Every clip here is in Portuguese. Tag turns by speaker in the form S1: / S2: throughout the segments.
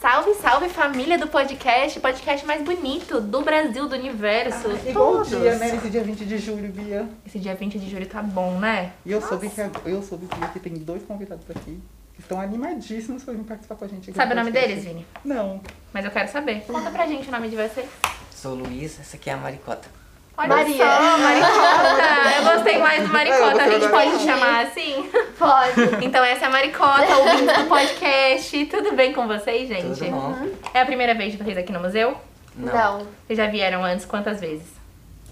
S1: Salve, salve família do podcast, podcast mais bonito do Brasil, do universo.
S2: Ah, Igual o
S1: todos.
S2: dia, né? Esse dia 20 de julho, Bia.
S1: Esse dia 20 de julho tá bom, né?
S2: E eu soube, que, eu soube Bia, que tem dois convidados aqui que estão animadíssimos pra vir participar com a gente. aqui
S1: Sabe o
S2: no
S1: nome
S2: podcast.
S1: deles, Vini?
S2: Não.
S1: Mas eu quero saber. Conta pra gente o nome de vocês.
S3: Sou Luiz, essa aqui é a Maricota.
S1: Olha
S4: Maria.
S1: só, Maricota. É, Eu gostei mais do Maricota. A gente pode chamar assim?
S4: Pode.
S1: Então essa é a Maricota, ouvinte do podcast. Tudo bem com vocês, gente?
S3: Tudo bom?
S1: É a primeira vez de vocês aqui no museu?
S4: Não.
S1: Vocês já vieram antes quantas vezes?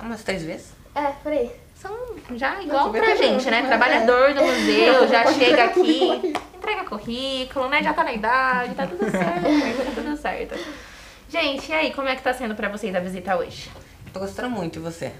S3: Umas três vezes?
S4: É, por aí.
S1: São já igual pra
S2: veterano,
S1: gente, né?
S2: né?
S1: Trabalhador do museu, já
S2: Pode
S1: chega
S2: entregar currículo
S1: aqui, entrega currículo, né? Já tá na idade, tá tudo certo, tá tudo certo. Gente, e aí, como é que tá sendo pra vocês a visita hoje?
S3: Tô gostando muito, e você?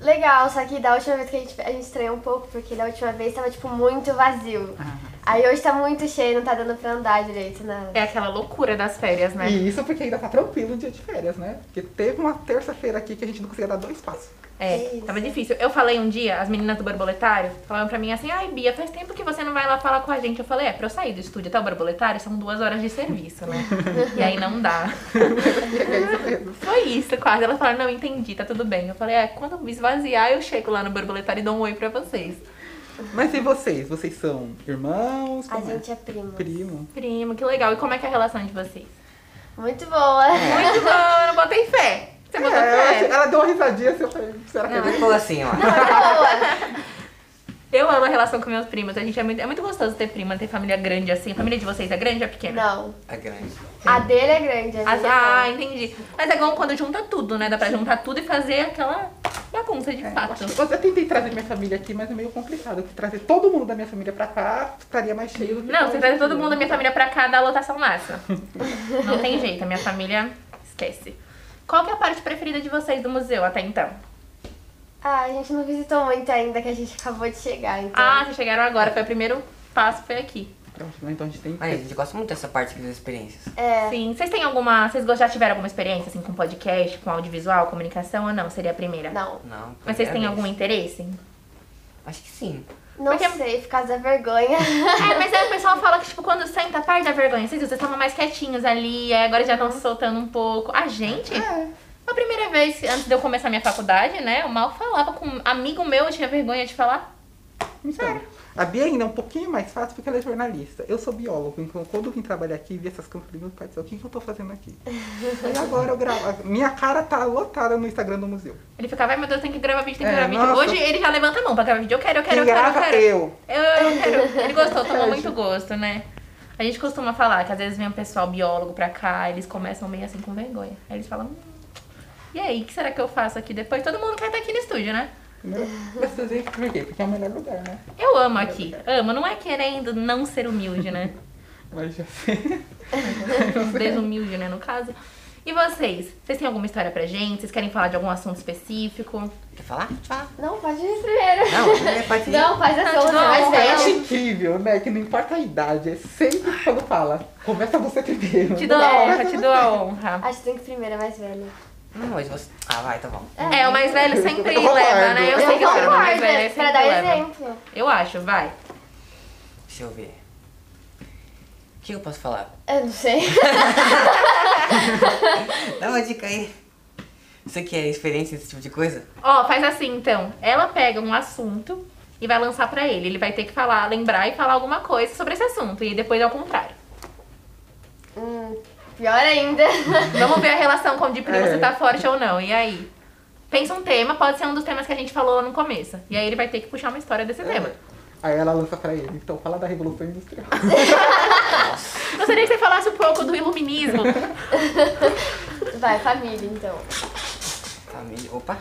S4: Legal, só que da última vez que a gente, a gente estranhou um pouco, porque da última vez tava, tipo, muito vazio. Aí hoje tá muito cheio, não tá dando pra andar direito, não.
S1: É aquela loucura das férias, né?
S2: E isso porque ainda tá tranquilo o dia de férias, né? Porque teve uma terça-feira aqui que a gente não conseguia dar dois passos.
S1: É,
S4: Isso.
S1: tava difícil. Eu falei um dia, as meninas do borboletário falaram pra mim assim, ai Bia, faz tempo que você não vai lá falar com a gente. Eu falei, é, pra eu sair do estúdio até o borboletário são duas horas de serviço, né? e aí não dá.
S2: É
S1: Foi isso, quase. Elas falaram, não, entendi, tá tudo bem. Eu falei, é, quando eu esvaziar, eu chego lá no borboletário e dou um oi pra vocês.
S2: Mas e vocês? Vocês são irmãos?
S4: A
S2: Como é?
S4: gente é primo.
S2: Primo?
S1: Primo, que legal. E como é que é a relação de vocês?
S4: Muito boa.
S1: Muito bom, não botei fé. Você botou
S2: É,
S1: fé?
S2: ela deu uma risadinha assim, eu falei, será que é
S3: Não, ficou assim, ó. Não,
S1: Eu amo a relação com meus primos. A gente é muito, é muito gostoso ter prima, ter família grande assim. A família de vocês é grande ou é pequena?
S4: Não.
S3: a grande.
S4: A dele é grande, a
S1: As-
S4: minha
S1: ah,
S4: não.
S1: entendi. Mas é igual quando junta tudo, né? Dá pra juntar tudo e fazer aquela bagunça de
S2: É, eu
S1: fato.
S2: acho que- Eu tentei trazer minha família aqui, mas é meio complicado. Porque trazer todo mundo da minha família pra cá ficaria mais cheio do que
S1: Não, você traz
S2: hoje em
S1: todo
S2: dia.
S1: mundo da minha família pra cá, dá lotação massa. Não tem jeito, a minha família esquece. Qual que é a parte preferida de vocês do museu até então?
S4: Ah, a gente não visitou muito ainda, que a gente acabou de chegar, então.
S1: Ah, vocês chegaram agora, foi o primeiro passo, foi aqui.
S2: Pronto, então a gente tem
S3: Mas a gente gosta muito dessa parte aqui das experiências.
S4: É.
S1: Sim, vocês têm alguma. Vocês já tiveram alguma experiência assim com podcast, com audiovisual, comunicação ou não? Seria a primeira?
S4: Não.
S3: Não,
S1: Mas vocês têm
S3: primeira
S1: algum
S3: vez.
S1: interesse?
S3: Acho que sim.
S4: Não
S1: Porque-
S4: sei, por causa da vergonha.
S1: É, mas aí o pessoal fala que, tipo, quando senta, parte da vergonha. Vocês, vocês estavam mais quietinhos ali, aí agora já
S2: Uhum.
S1: estão se soltando um pouco. A gente,
S2: É.
S1: a primeira vez, antes de eu começar minha faculdade, né, eu mal falava com um amigo meu, eu tinha vergonha de falar.
S2: Então, a Bia ainda é um pouquinho mais fácil porque ela é jornalista. Eu sou biólogo, então quando eu vim trabalhar aqui e vi essas câmeras, eu falei, meu pai do céu, o que, que eu tô fazendo aqui? e agora eu gravo. a- Minha cara tá lotada no Instagram do museu.
S1: Ele ficava, ai meu Deus, tem que gravar vídeo, tem que
S2: É,
S1: gravar vídeo.
S2: nossa.
S1: Hoje ele já levanta a mão pra gravar vídeo, eu quero, eu quero,
S2: Quem
S1: eu quero, eu
S2: grava
S1: quero.
S2: eu.
S1: Eu, eu quero. Ele gostou, tomou muito gosto, né? A gente costuma falar que às vezes vem um pessoal biólogo pra cá, eles começam meio assim com vergonha. Aí eles falam, "Hum, e aí, o que será que eu faço aqui depois? Todo mundo quer estar aqui no estúdio, né?
S2: Entendeu? Mas fazer por quê? Porque é o melhor lugar, né?
S1: Eu amo aqui. Amo. Não é querendo não ser humilde, né?
S2: Mas já sei.
S1: Desumilde, né, no caso. E vocês? Vocês têm alguma história pra gente? Vocês querem falar de algum assunto específico?
S3: Quer falar? Pode falar.
S4: Não, pode ir primeiro.
S3: Não, primeira parte.
S4: Não, faz a
S1: Não,
S4: sua, você
S1: não,
S4: mais
S1: não.
S2: É
S4: velho.
S2: incrível, né? Que não importa a idade, é sempre quando fala. Começa você primeiro.
S1: Te dou a honra, te dou a honra.
S4: Acho que tem que primeiro, é mais velho.
S3: Não, mas você. Ah, vai, tá bom.
S1: É, o mais velho sempre
S2: Eu
S1: leva, né? Eu
S2: concordo.
S1: sei que eu sou o mais
S4: concordo,
S1: velho, é
S4: pra
S1: sempre
S4: dar
S1: leva.
S4: exemplo.
S1: Eu acho, vai.
S3: Deixa eu ver. O que eu posso falar?
S4: Eu não sei.
S3: Dá uma dica aí. Você quer experiência, esse tipo de coisa?
S1: Ó, faz assim então. Ela pega um assunto e vai lançar pra ele. Ele vai ter que falar, lembrar e falar alguma coisa sobre esse assunto. E depois ao contrário.
S4: Hum, pior ainda.
S1: Vamos ver a relação com o de primo,
S2: É.
S1: se tá forte ou não. E aí? Pensa um tema, pode ser um dos temas que a gente falou lá no começo. E aí ele vai ter que puxar uma história
S3: É.
S1: desse tema.
S2: Aí ela lança pra ele. Então fala da Revolução Industrial.
S1: Ah, Gostaria que você falasse um pouco do iluminismo.
S4: Vai, família, então.
S3: Família. Opa!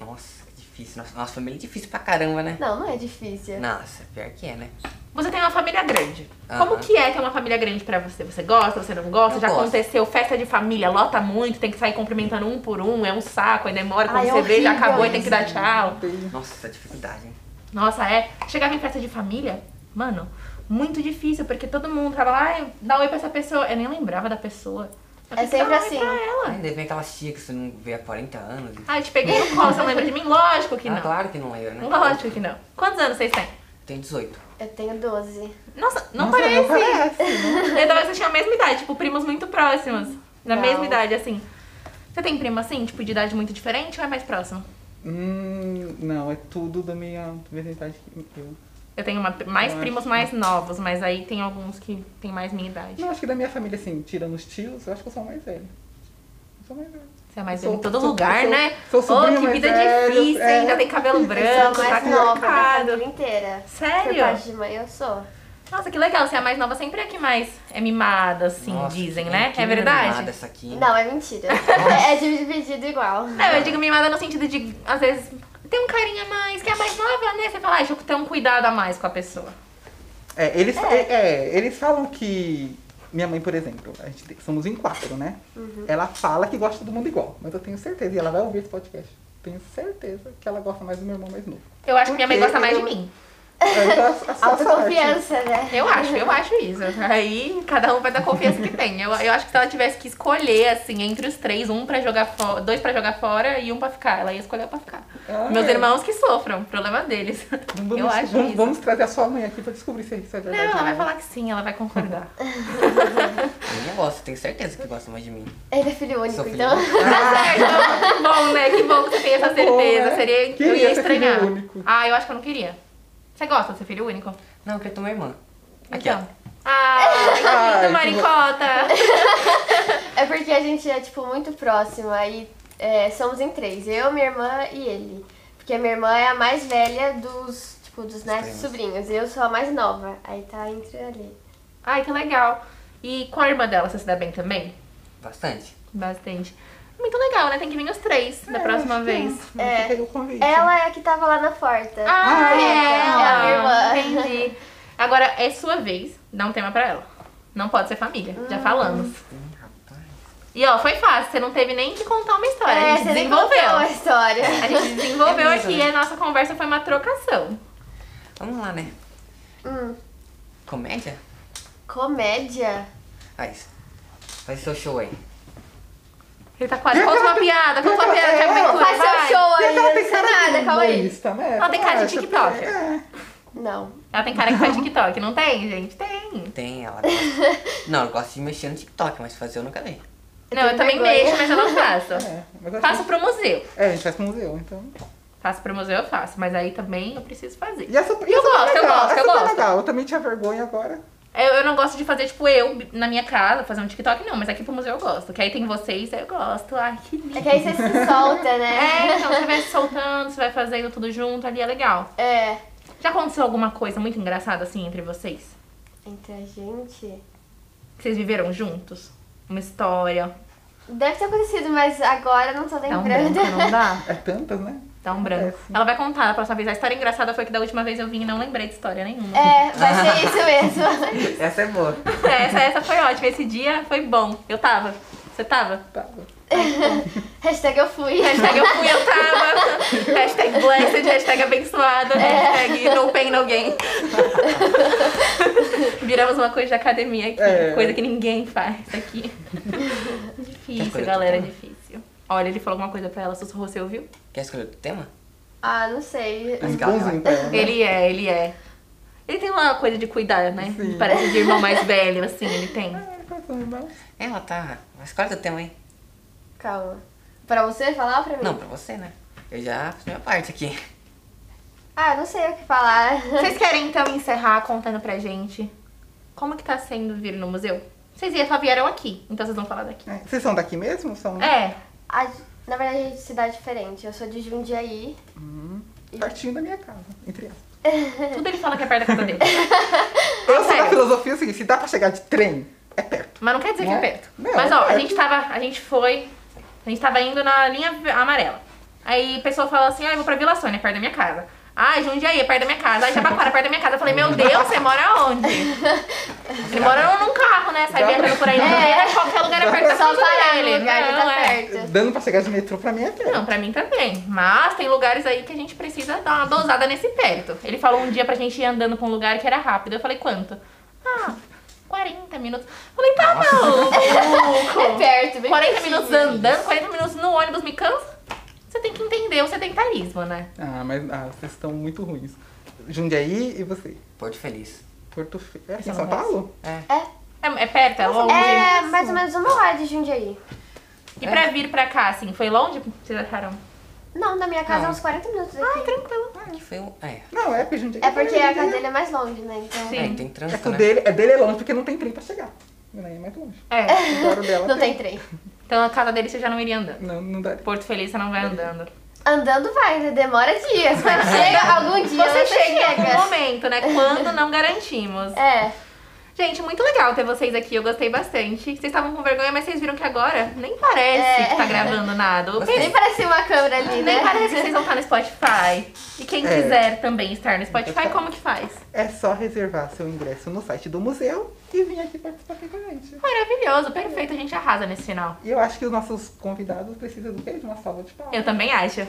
S3: Nossa, que difícil. Nossa, nossa família é difícil pra caramba, né?
S4: Não, não é difícil.
S3: Nossa, pior que é, né?
S1: Você tem uma família grande. Como
S3: Aham.
S1: que é ter uma família grande pra você? Você gosta, você não gosta?
S3: Eu
S1: Já
S3: gosto.
S1: aconteceu festa de família, lota muito, tem que sair cumprimentando um por um, é um saco, aí demora, quando
S4: Ai, é
S1: você vê, já
S4: horrível
S1: acabou e tem que dar tchau.
S3: Nossa, essa dificuldade, hein?
S1: Nossa, é. Chegava em festa de família, mano, muito difícil, porque todo mundo tava lá, "Ai, dá oi pra essa pessoa. Eu nem lembrava da pessoa. Eu
S4: É
S1: tenho que dar
S4: sempre
S1: um oi
S4: assim.
S1: Pra ela.
S3: Ainda bem que ela tia que você não vê há 40 anos.
S1: Ai, te peguei no colo, você não lembra de mim? Lógico que
S3: ah,
S1: não.
S3: claro que não lembra, né?
S1: Lógico que não. Quantos anos vocês têm?
S3: Tem 18.
S4: Eu tenho 12.
S1: Nossa, não
S2: Nossa,
S1: parece.
S2: não parece. né?
S1: Eu talvez vocês tinham a mesma idade, tipo, primos muito próximos. Da
S4: Não.
S1: mesma idade, assim. Você tem primo assim, tipo, de idade muito diferente ou é mais próximo?
S2: Hum, não, é tudo da minha mesma idade que eu.
S1: Eu tenho uma- mais
S2: Eu
S1: primos
S2: acho
S1: mais novos, mas aí tem alguns que tem mais minha idade.
S2: Não, acho que da minha família, assim, tirando os tios, eu acho que eu sou o mais velho. Eu sou o mais velho.
S1: Você é mais
S2: Sou-
S1: velho em todo
S2: sou-
S1: lugar,
S2: sou-
S1: né?
S2: sou sobrinho
S1: oh, que
S2: mais
S1: vida
S2: velho,
S1: difícil, hein?
S2: é.
S1: Já tem cabelo
S4: Eu
S1: branco,
S4: sou a
S1: tá
S4: mais
S2: né?
S4: nova da
S1: complicado.
S4: família inteira. Por
S1: Sério?
S4: parte de mãe, eu sou.
S2: tá-
S1: Nossa, que legal. Você é a mais nova, sempre é a que mais é mimada, assim,
S3: Nossa,
S1: dizem,
S3: que-
S1: né?
S3: que
S1: É verdade?
S3: mimada essa aqui. hein?
S4: Não, é mentira. é dividido igual.
S1: Não, É, eu digo mimada no sentido de, às vezes, tem um carinha a mais, que é mais nova, né? Você fala, ah, deixa eu ter um cuidado a mais com a pessoa.
S2: É, eles, é, é, eles falam que. Minha mãe, por exemplo, a gente tem- somos em quatro, né?
S1: Uhum.
S2: Ela fala que gosta de todo mundo igual, mas eu tenho certeza, e ela vai ouvir esse podcast. Tenho certeza que ela gosta mais do meu irmão mais novo.
S1: Eu acho que minha mãe
S2: Porque
S1: gosta mais de
S2: eu-
S1: mim.
S2: Então, a- a- a-
S4: Autoconfiança, né?
S1: Eu acho, eu acho isso. Aí cada um vai dar a confiança que tem. Eu, eu acho que se ela tivesse que escolher, assim, entre os três, um pra jogar fora, dois pra jogar fora e um pra ficar, ela ia escolher o pra ficar.
S2: Ah,
S1: Meus
S2: é.
S1: irmãos que sofram, problema deles.
S2: Vamos,
S1: eu acho
S2: vamos,
S1: isso.
S2: vamos trazer a sua mãe aqui pra descobrir se isso é
S1: Não,
S2: verdade.
S1: ela
S2: ou
S1: vai
S2: não.
S1: falar que sim, ela vai concordar.
S3: Eu gosto, tenho certeza que gosta mais de mim.
S4: Ele é filho único,
S3: Sou filho
S4: então.
S1: Tá certo, que bom, né? Que bom que você tem essa
S2: Que bom,
S1: certeza.
S2: né?
S1: Seria, eu
S2: Queria
S1: ia
S2: ser filho
S1: estranhar.
S2: único.
S1: Ah, eu acho que eu não queria. Você gosta de ser filho único?
S3: Não, porque eu tô uma irmã. Aqui,
S1: Então. Ah, que
S2: Ai,
S1: lindo,
S2: que
S1: maricota!
S4: É porque a gente é, tipo, muito próximo. Aí é, somos em três. Eu, minha irmã e ele. Porque a minha irmã é a mais velha dos, tipo, dos netos e
S3: primos.
S4: sobrinhos. Eu sou a mais nova. Aí tá entre ali.
S1: Ai, que legal. E com a irmã dela, você se dá bem também?
S3: ó. Bastante.
S1: Bastante. Muito legal, né? Tem que vir os três da
S2: É,
S1: próxima
S2: acho que
S1: vez.
S2: Fica aí o convite.
S4: Ela é a que tava lá na porta.
S1: Ah,
S2: Ah,
S1: é ela!
S4: ela.
S1: Entendi. Agora é sua vez dar um tema pra ela. Não pode ser família,
S4: Hum.
S1: já falamos.
S3: Ih, Hum, rapaz.
S1: E ó, foi fácil, você não teve nem que contar uma história, a gente
S4: É, você nem
S1: desenvolveu.
S4: contou a história.
S1: A gente desenvolveu
S3: É mesmo,
S1: aqui e
S3: né?
S1: a nossa conversa foi uma trocação.
S3: Vamos lá, né?
S4: Hum,
S3: Comédia?
S4: comédia?
S3: Faz. Faz seu show aí.
S1: Ele tá quase. Conta uma piada, conta uma piada de
S2: É,
S1: aventura.
S4: Faz
S1: vai.
S4: seu um show
S2: E
S4: aí,
S2: ela
S4: não
S2: tem
S4: sei
S2: cara de
S4: nada, calma aí.
S2: humorista, Né?
S1: Ela tem cara de
S2: Acho que-
S1: TikToker.
S2: É.
S4: Não.
S1: Ela tem cara que faz TikTok, não tem, gente? Tem.
S3: Tem, ela gosta. não, eu gosto de mexer no TikTok, mas fazer eu nunca dei.
S1: Não, eu
S4: tenho
S1: também
S4: vergonha.
S1: mexo, mas eu não faço.
S2: É, mas eu acho
S1: Faço pro museu.
S2: que- é, a gente faz com museu, então.
S1: Faço pro museu, eu faço. Mas aí também eu preciso fazer.
S2: E essa, e
S1: Eu
S2: essa tá
S1: gosto, eu
S2: legal,
S1: gosto,
S2: essa
S1: eu
S2: tá
S1: gosto.
S2: legal. Eu também tinha vergonha agora.
S1: Eu, eu não gosto de fazer, tipo, eu na minha casa, fazer um TikTok, não. Mas aqui pro museu eu gosto. Que aí tem vocês, eu gosto. Ai, que lindo.
S4: É que aí você se solta, né?
S1: É, então você vai se soltando, você vai fazendo tudo junto, ali é legal.
S4: É.
S1: Já aconteceu alguma coisa muito engraçada, assim, entre vocês?
S4: Entre a gente.
S1: Que Vocês viveram juntos? Uma história.
S4: Deve ter acontecido, mas agora eu não tô
S1: Dá um
S4: lembrando.
S1: branco, não dá?
S2: É tantas, né?
S1: Dá um branco.
S2: Acontece.
S1: Ela vai contar da próxima vez. A história engraçada foi que da última vez eu vim e não lembrei de história nenhuma.
S4: É, vai ser isso mesmo.
S3: Essa é boa.
S1: Essa, essa foi ótima. Esse dia foi bom. Eu tava. Você tava?
S2: Tava.
S4: Hashtag eu fui.
S1: Hashtag eu fui, eu tava. Hashtag blessed, hashtag abençoada, hashtag no pain, no gain. Viramos uma coisa de academia aqui.
S2: É.
S1: Coisa que ninguém faz aqui.
S3: Quer
S1: difícil,
S3: coisa tá?
S1: galera, é
S3: que tem?
S1: difícil. Olha, ele falou alguma coisa pra ela, sussurrou, você ouviu?
S3: Quer escolher outro tema?
S4: Ah, não sei.
S2: Um
S3: Legal,
S2: bonzinho pra ela.
S1: Ele é, ele é. Ele tem uma coisa de cuidar, né?
S2: Sim.
S1: Parece de irmão mais velho, assim, ele tem.
S2: É, coisa normal.
S3: Ela tá. Mas escolhe teu tema aí.
S4: Calma. Pra você falar ou pra mim?
S3: Não, pra você, né? Eu já fiz minha parte aqui.
S4: Ah, não sei o que falar.
S1: Vocês querem então encerrar contando pra gente como que tá sendo vir no museu? Vocês ia- só vieram aqui, então vocês vão falar daqui.
S2: É, Vocês são daqui mesmo? São
S1: É,
S4: A- na verdade, a gente é de cidade diferente. Eu sou de Jundiaí.
S2: uhum. pertinho da minha casa, entre aspas.
S1: tudo ele fala que é perto da casa dele.
S2: Eu sou da
S1: É sério?
S2: filosofia é seguinte, se dá pra chegar de trem, é perto.
S1: Mas não quer dizer que é
S4: Né?
S2: Não.
S1: perto.
S2: Não,
S1: Mas ó,
S2: é
S1: a
S2: perto.
S1: gente tava. A gente foi. A gente tava indo na linha ve- amarela. Aí o pessoal fala assim, ah, eu vou pra Vila Sônia, é perto da minha casa. Ah, Jundiaí, é perto da minha casa. Ah, Jabaquara, é perto da minha casa. Eu falei,
S4: Uhum.
S1: meu Deus, você mora onde? Ele mora num carro, né? Sai
S2: Dá
S1: viajando por aí. É, qualquer lugar é perto da
S4: Só
S1: casa
S4: parar
S1: dele.
S4: no lugar,
S1: Não,
S4: não, tá
S1: é.
S4: perto.
S2: Dando pra chegar de metrô pra mim é perto.
S1: Não, pra mim também. Mas tem lugares aí que a gente precisa dar uma dosada nesse perto. Ele falou um dia pra gente ir andando pra um lugar que era rápido. Eu falei, quanto? Ah, 40 minutos. Falei, tá não!
S4: É perto, bem
S1: 40
S4: pertinho.
S1: minutos andando, 40 minutos no ônibus me cansa. Você tem que entender o sedentarismo, né?
S2: Ah, mas ah, vocês estão muito ruins. Jundiaí e você?
S3: Porto Feliz.
S2: Porto Fe... É aqui
S1: Você
S2: em
S1: não
S2: São
S1: conhece?
S2: Paulo?
S3: É.
S4: É,
S1: É, é perto, é longe.
S4: é mais ou menos uma hora de Jundiaí.
S1: E pra vir pra cá, assim, foi longe? Vocês acharam?
S4: Não, da minha casa é
S3: Não.
S4: uns 40 minutos
S1: Ah,
S4: daqui.
S1: tranquilo.
S3: Que foi um. É.
S2: Não, é porque Jundiaí...
S4: É porque a casa
S2: Jundiaí-
S4: dele é mais longe, né? Então
S1: Sim.
S3: É, tem
S2: É que
S3: trânsito,
S2: o
S3: né?
S2: dele, é dele é longe porque não tem trem pra chegar. Jundiaí é mais longe.
S1: É.
S2: Agora o dela
S4: não tem trem.
S1: Então a casa dele você já não iria andando.
S2: Não, não dá.
S1: Porto Feliz você não vai andando.
S4: Andando vai, né? Demora dias, mas chega algum Um dia.
S1: Você chega no momento, né? Quando não garantimos.
S4: É.
S1: Gente, muito legal ter vocês aqui, eu gostei bastante. Vocês estavam com vergonha, mas vocês viram que agora nem parece
S4: É.
S1: que tá gravando nada. Eu
S3: Gostei.
S1: penso-
S4: Nem parece uma câmera ali, né?
S1: Nem parece que vocês vão estar no Spotify. E quem
S2: É.
S1: quiser também estar no Spotify, como que faz?
S2: É só reservar seu ingresso no site do museu e vir aqui participar aqui com a gente.
S1: Maravilhoso, perfeito, a gente arrasa nesse final.
S2: E eu acho que os nossos convidados precisam do quê? De uma salva de palmas.
S1: Eu também acho.